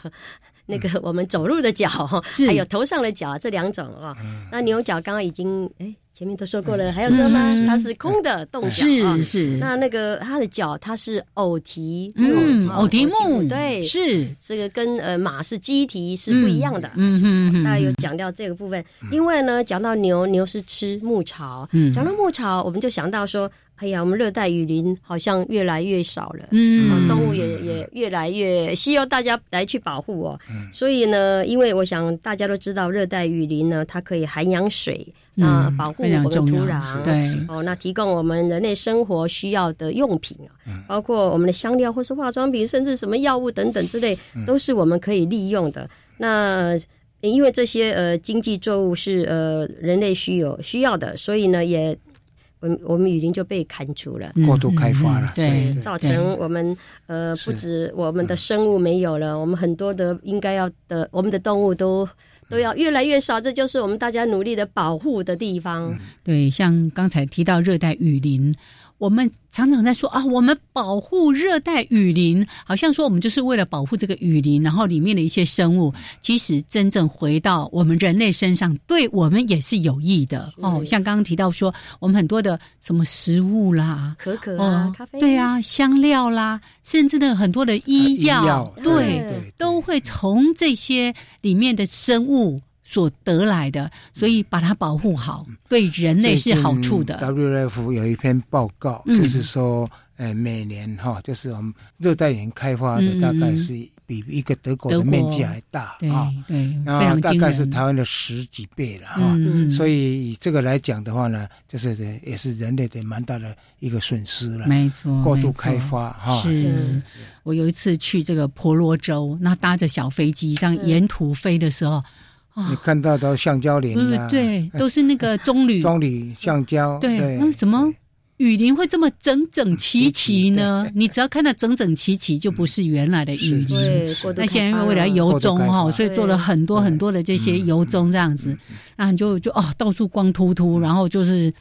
那个我们走路的脚，是还有头上的角，这两种啊、那牛角刚刚已经哎前面都说过了，还要说吗？是它是空的动脚啊是是那那个它的脚，它是偶蹄，嗯啊偶蹄目对，是这个跟呃马是鸡蹄是不一样的。嗯嗯嗯，大家有讲到这个部分，另外呢，讲到牛，牛是吃牧草嗯，讲到牧草，我们就想到说，哎呀，我们热带雨林好像越来越少了，嗯啊动物也也越来越需要大家来去保护哦。嗯所以呢，因为我想大家都知道，热带雨林呢，它可以含氧水。嗯啊，保护我非常们重土要壤，对是哦，那提供我们人类生活需要的用品啊，嗯包括我们的香料或是化妆品，甚至什么药物等等之类，嗯都是我们可以利用的。那呃因为这些呃经济作物是呃人类需有需要的，所以呢，也我们我们雨林就被砍除了。过嗯度开发了，对是造成我们呃不止我们的生物没有了，我们很多的应该要的，我们的动物都都要越来越少，这就是我们大家努力的保护的地方。对，像刚才提到热带雨林，我们常常在说啊，我们保护热带雨林，好像说我们就是为了保护这个雨林，然后里面的一些生物。其实真正回到我们人类身上，对我们也是有益的哦。像刚刚提到说，我们很多的什么食物啦。可可啊，哦咖啡，对，啊，香料啦，甚至呢很多的医药，医药对，对对都会从这些里面的生物所得来的，所以把它保护好，嗯对人类是好处的。 WF 有一篇报告，嗯就是说，呃，每年哈，就是我们热带雨林开发嗯嗯的大概嗯是比一个德国德的国面积还大对啊。对，非那常大惊概是人。台湾的啊十几倍了哈、嗯嗯所以以这个来讲的话呢，就是也是人类的蛮大的一个损失了，没错，过没度错开发哈，是。我有一次去这个婆罗洲，那搭着小飞机，这样沿途飞的时候，你看到的橡胶林啊，嗯，对，都是那个棕榈， 棕榈、橡胶，对，那怎么雨林会这么整整齐齐嗯呢？ 你只要看到整整齐齐，就不是原来的雨对林。过度那现在因为开发啊为了了油棕过度开哈，发所以做了很多很多的这些油棕这样子，然后你就就哦到处光秃秃，然后就是。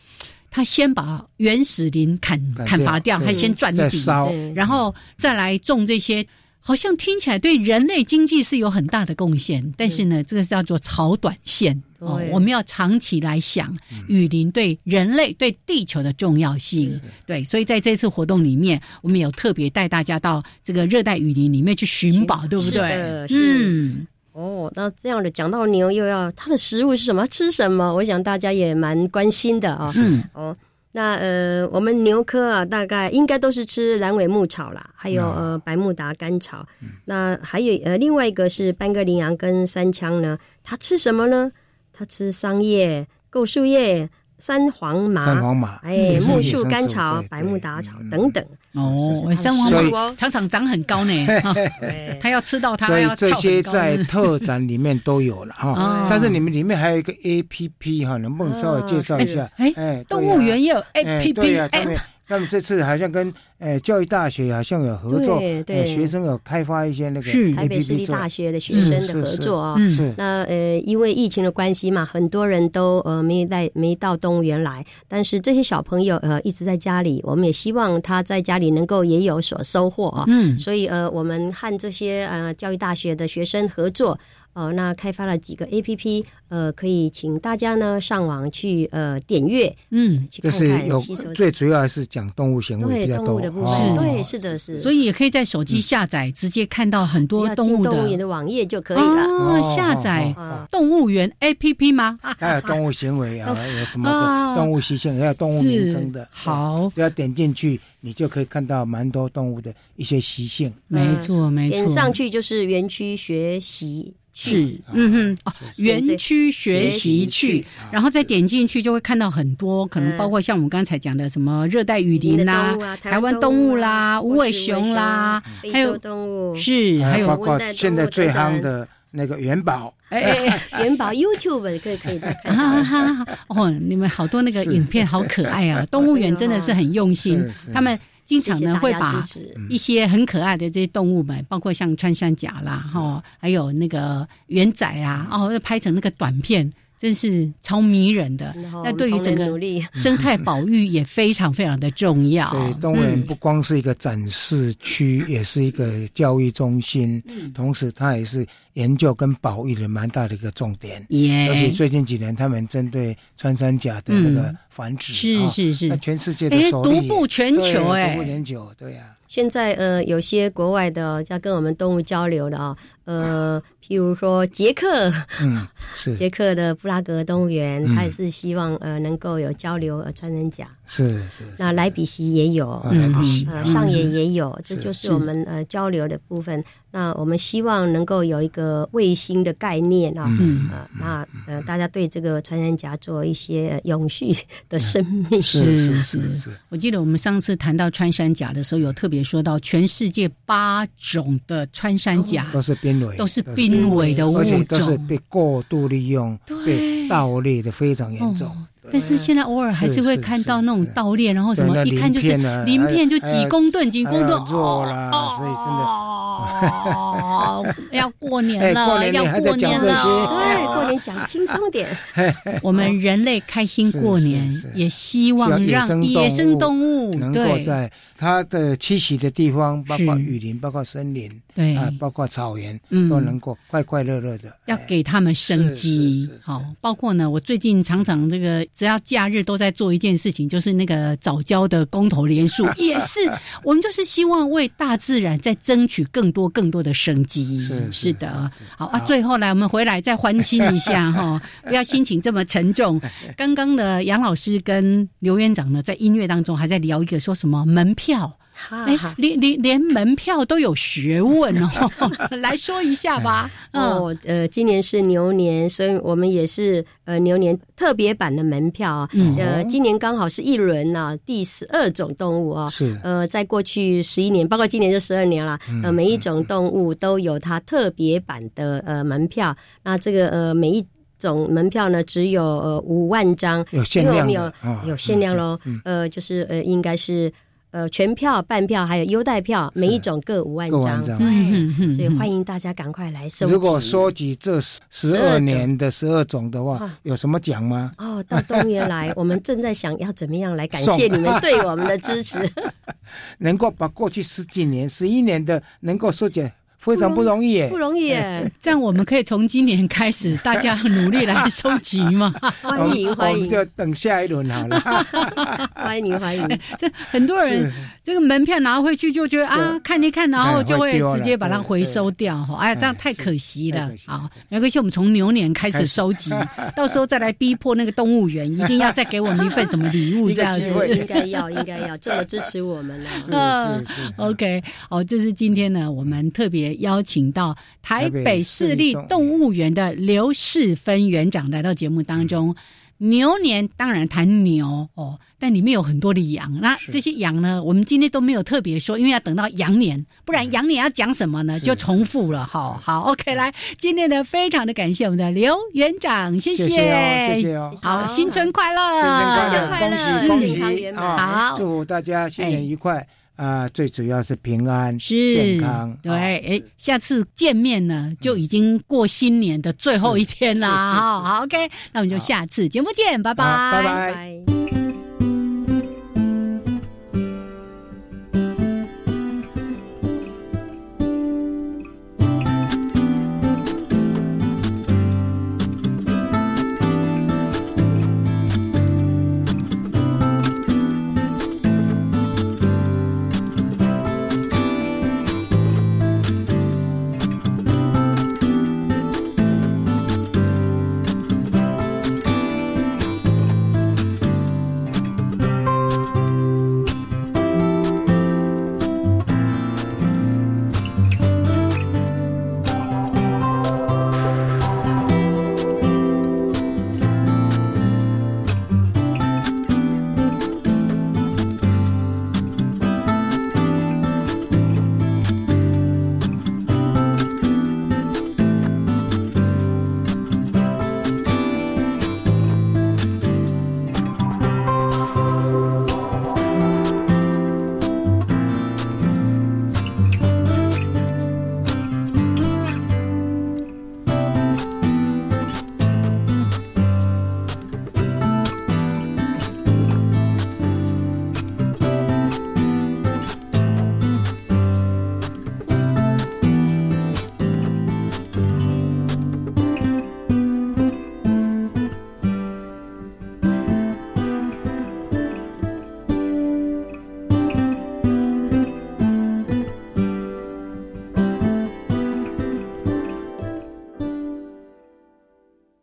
他先把原始林砍砍砍伐掉掉，他对先赚一再笔烧，然后再来种这些，好像听起来对人类经济是有很大的贡献，但是呢，这个是叫做炒短线哦对，我们要长期来想雨林对人类、对地球的重要性。对，所以在这次活动里面，我们有特别带大家到这个热带雨林里面去寻宝，对不对是的？是嗯，哦，那这样的讲到牛，又要它的食物是什么？吃什么？我想大家也蛮关心的啊、嗯哦，那呃，我们牛科啊，大概应该都是吃蓝尾牧草啦，还有、嗯呃白木达甘草。嗯那还有呃另外一个是班戈羚羊跟山羌呢，它吃什么呢？它吃桑叶、构树叶、三黄麻、三黄麻嗯哎也是木野树生甘植物草对、嗯白木达草等等。哦，三所黄以马常常长很高呢， 啊他要吃到它，所以要这跳些很高在特展里面都有了 哦哈，但是你们里面还有一个 A P P 哈，能不能稍微介绍一下？哎哎，动物园也有对 APP 呀哎对呀，哎他们他们这次好像跟呃教育大学好像有合作，对对呃学生有开发一些那个是 A P P 台北市立大学的学生的合作啊、嗯是是是那呃，因为疫情的关系嘛，很多人都呃没带没到动物园来，但是这些小朋友呃一直在家里，我们也希望他在家里能够也有所收获啊。嗯所以呃，我们和这些呃教育大学的学生合作。哦，那开发了几个 A P P，呃，可以请大家呢上网去呃点阅，嗯，去就看看是有吸收最主要还是讲动物行为对比较动多物的部分，哦对，是的是，所以也可以在手机下载，直接看到很嗯只多要动进物动物园的的网页就可以了。哦，下载啊动物园 APP 吗？哦还有动物行 为啊，有什么啊的动物习性，还有动物名称的是。好，只要点进去，你就可以看到蛮多动物的一些习性。没错，没点错，嗯上去就是园区学习是去，，嗯哼，哦，园区学习学习嗯去，然后再点进去就会看到很多，可能包括像我们刚才讲的什么热带雨林雨林的动物啊啦、台湾台湾动物啊啦、无尾熊啦，非还洲有动物是还有啊哎包括现在最夯的那个元宝，哎哎哎啊啊元宝 YouTube 可以可以再 看哈哈哈！哦，你们好多那个是影片好可爱 啊！动物哦园真的是很用心是是，他们经常谢谢大呢家会把支持嗯一些很可爱的这些动物们，包括啊嗯像穿山甲啦，哈，还有那个圆仔啦，哦，拍成那个短片。真是超迷人的。然后嗯那对于整我们同仁努力个生态保育也非常非常的重要。嗯所以动物园嗯不光是一个展示区，也是一个教育中心，嗯同时它也是研究跟保育的蛮大的一个重点。耶而且最近几年，他们针对穿山甲的那个哎嗯繁殖，是哦是是那全世界的哎首例独步全球对啊哎独步全球，对啊呀、现在呃，有些国外的哦在跟我们动物交流的啊、呃， 譬如说捷克，嗯，是捷克的布拉格动物园，嗯它也是希望呃能够有交流呃穿山甲。是是是那莱比锡也有，啊莱比锡呃嗯上野是也有，是这就是是我们呃交流的部分。那我们希望能够有一个卫星的概念啊，嗯呃那呃大家对这个穿山甲做一些呃永续的生命。是是嗯是。我记得我们上次谈到穿山甲的时候，有特别说到全世界八种的穿山甲都是濒危，都是濒危的物而且都是种，被过度利用、被盗猎的非常严重。但是现在偶尔还是是会是看到那种盗猎，然后什对那么一看就是鳞片啊哎鳞片就还有几公吨、几公还吨有，肉啦，所以真的。哦， 要过年了，哎过年你要还在过讲年这了，些 对，过年讲轻松点。我们人类开心过年，也希望让野野生生动物能够对在它的栖息的地方，包括是雨林、包括森林，对啊，包括草原，嗯都能够快快乐乐的。要给他们生机。好、包括呢，我最近常常这个，只要假日都在做一件事情，就是那个早教的公投联 署，也是我们就是希望为大自然再争取更多更多的生机。是的，好啊。最后来，我们回来再欢欣一 下哈、不要心情这么沉 重。刚刚的杨老师跟刘院长呢，在音乐当中还在聊一个说什么门票。哈哎啊哈，连连连门票都有学问 哦，来说一下吧。嗯，哦，呃，今年是牛年，所以我们也是呃牛年特别版的门票啊。哦嗯呃，今年刚好是一轮啊，第十二种动物哦啊。是呃，在过去十一年，包括今年就十二年了，嗯呃，每一种动物都有它特别版的呃门票。那这个呃每一。种门票呢，只有呃五万张，有限因为我们量的有、啊有限量喽、嗯呃，就是呃，应该是呃全票、半票还有优待票，每一种各五万各张。万嗯张嗯嗯哎所以欢迎大家赶快来收集。如果收集这十12二种年的十二种的话啊，有什么奖吗？哦，到动物园来，我们正在想要怎么样来感谢送你们对我们的 支持。能够把过去十几年、十一年的能够收集，非常不容易耶，容易 耶这样我们可以从今年开 始，大家努力来收集 嘛。我们哦我们就等下一轮好了。 欢迎欢迎！这很多人是这个门票拿回去就觉得啊，看一看，然后就会直接把它回收掉哈。哎，这样太可惜了啊！没关系，我们从牛年开始收集，到时候再来逼迫那个动物园一定要再给我 们一份什么礼物这样子。应该要应该要这么支持我们了。嗯 OK，哦，这是今天呢，我们特别邀请到台北市立动物园的刘世芬园长来到节目当中。牛年当然谈牛哦，但里面有很多的羊。那这些羊呢，我们今天都没有特别说，因为要等到羊年，不然羊年要讲什么呢？就重复了哈。好，OK，来，今天呢，非常的感谢我们的刘园长，谢谢谢哦谢谢哦好，新春快乐，新年快乐，恭喜恭喜啊！好，祝福大家新年愉快啊！最主要是平安、健康。对，哎，下次见面呢，就已经过新年的最后一天啦。好好，OK，那我们就下次节目见，拜拜，好拜拜拜。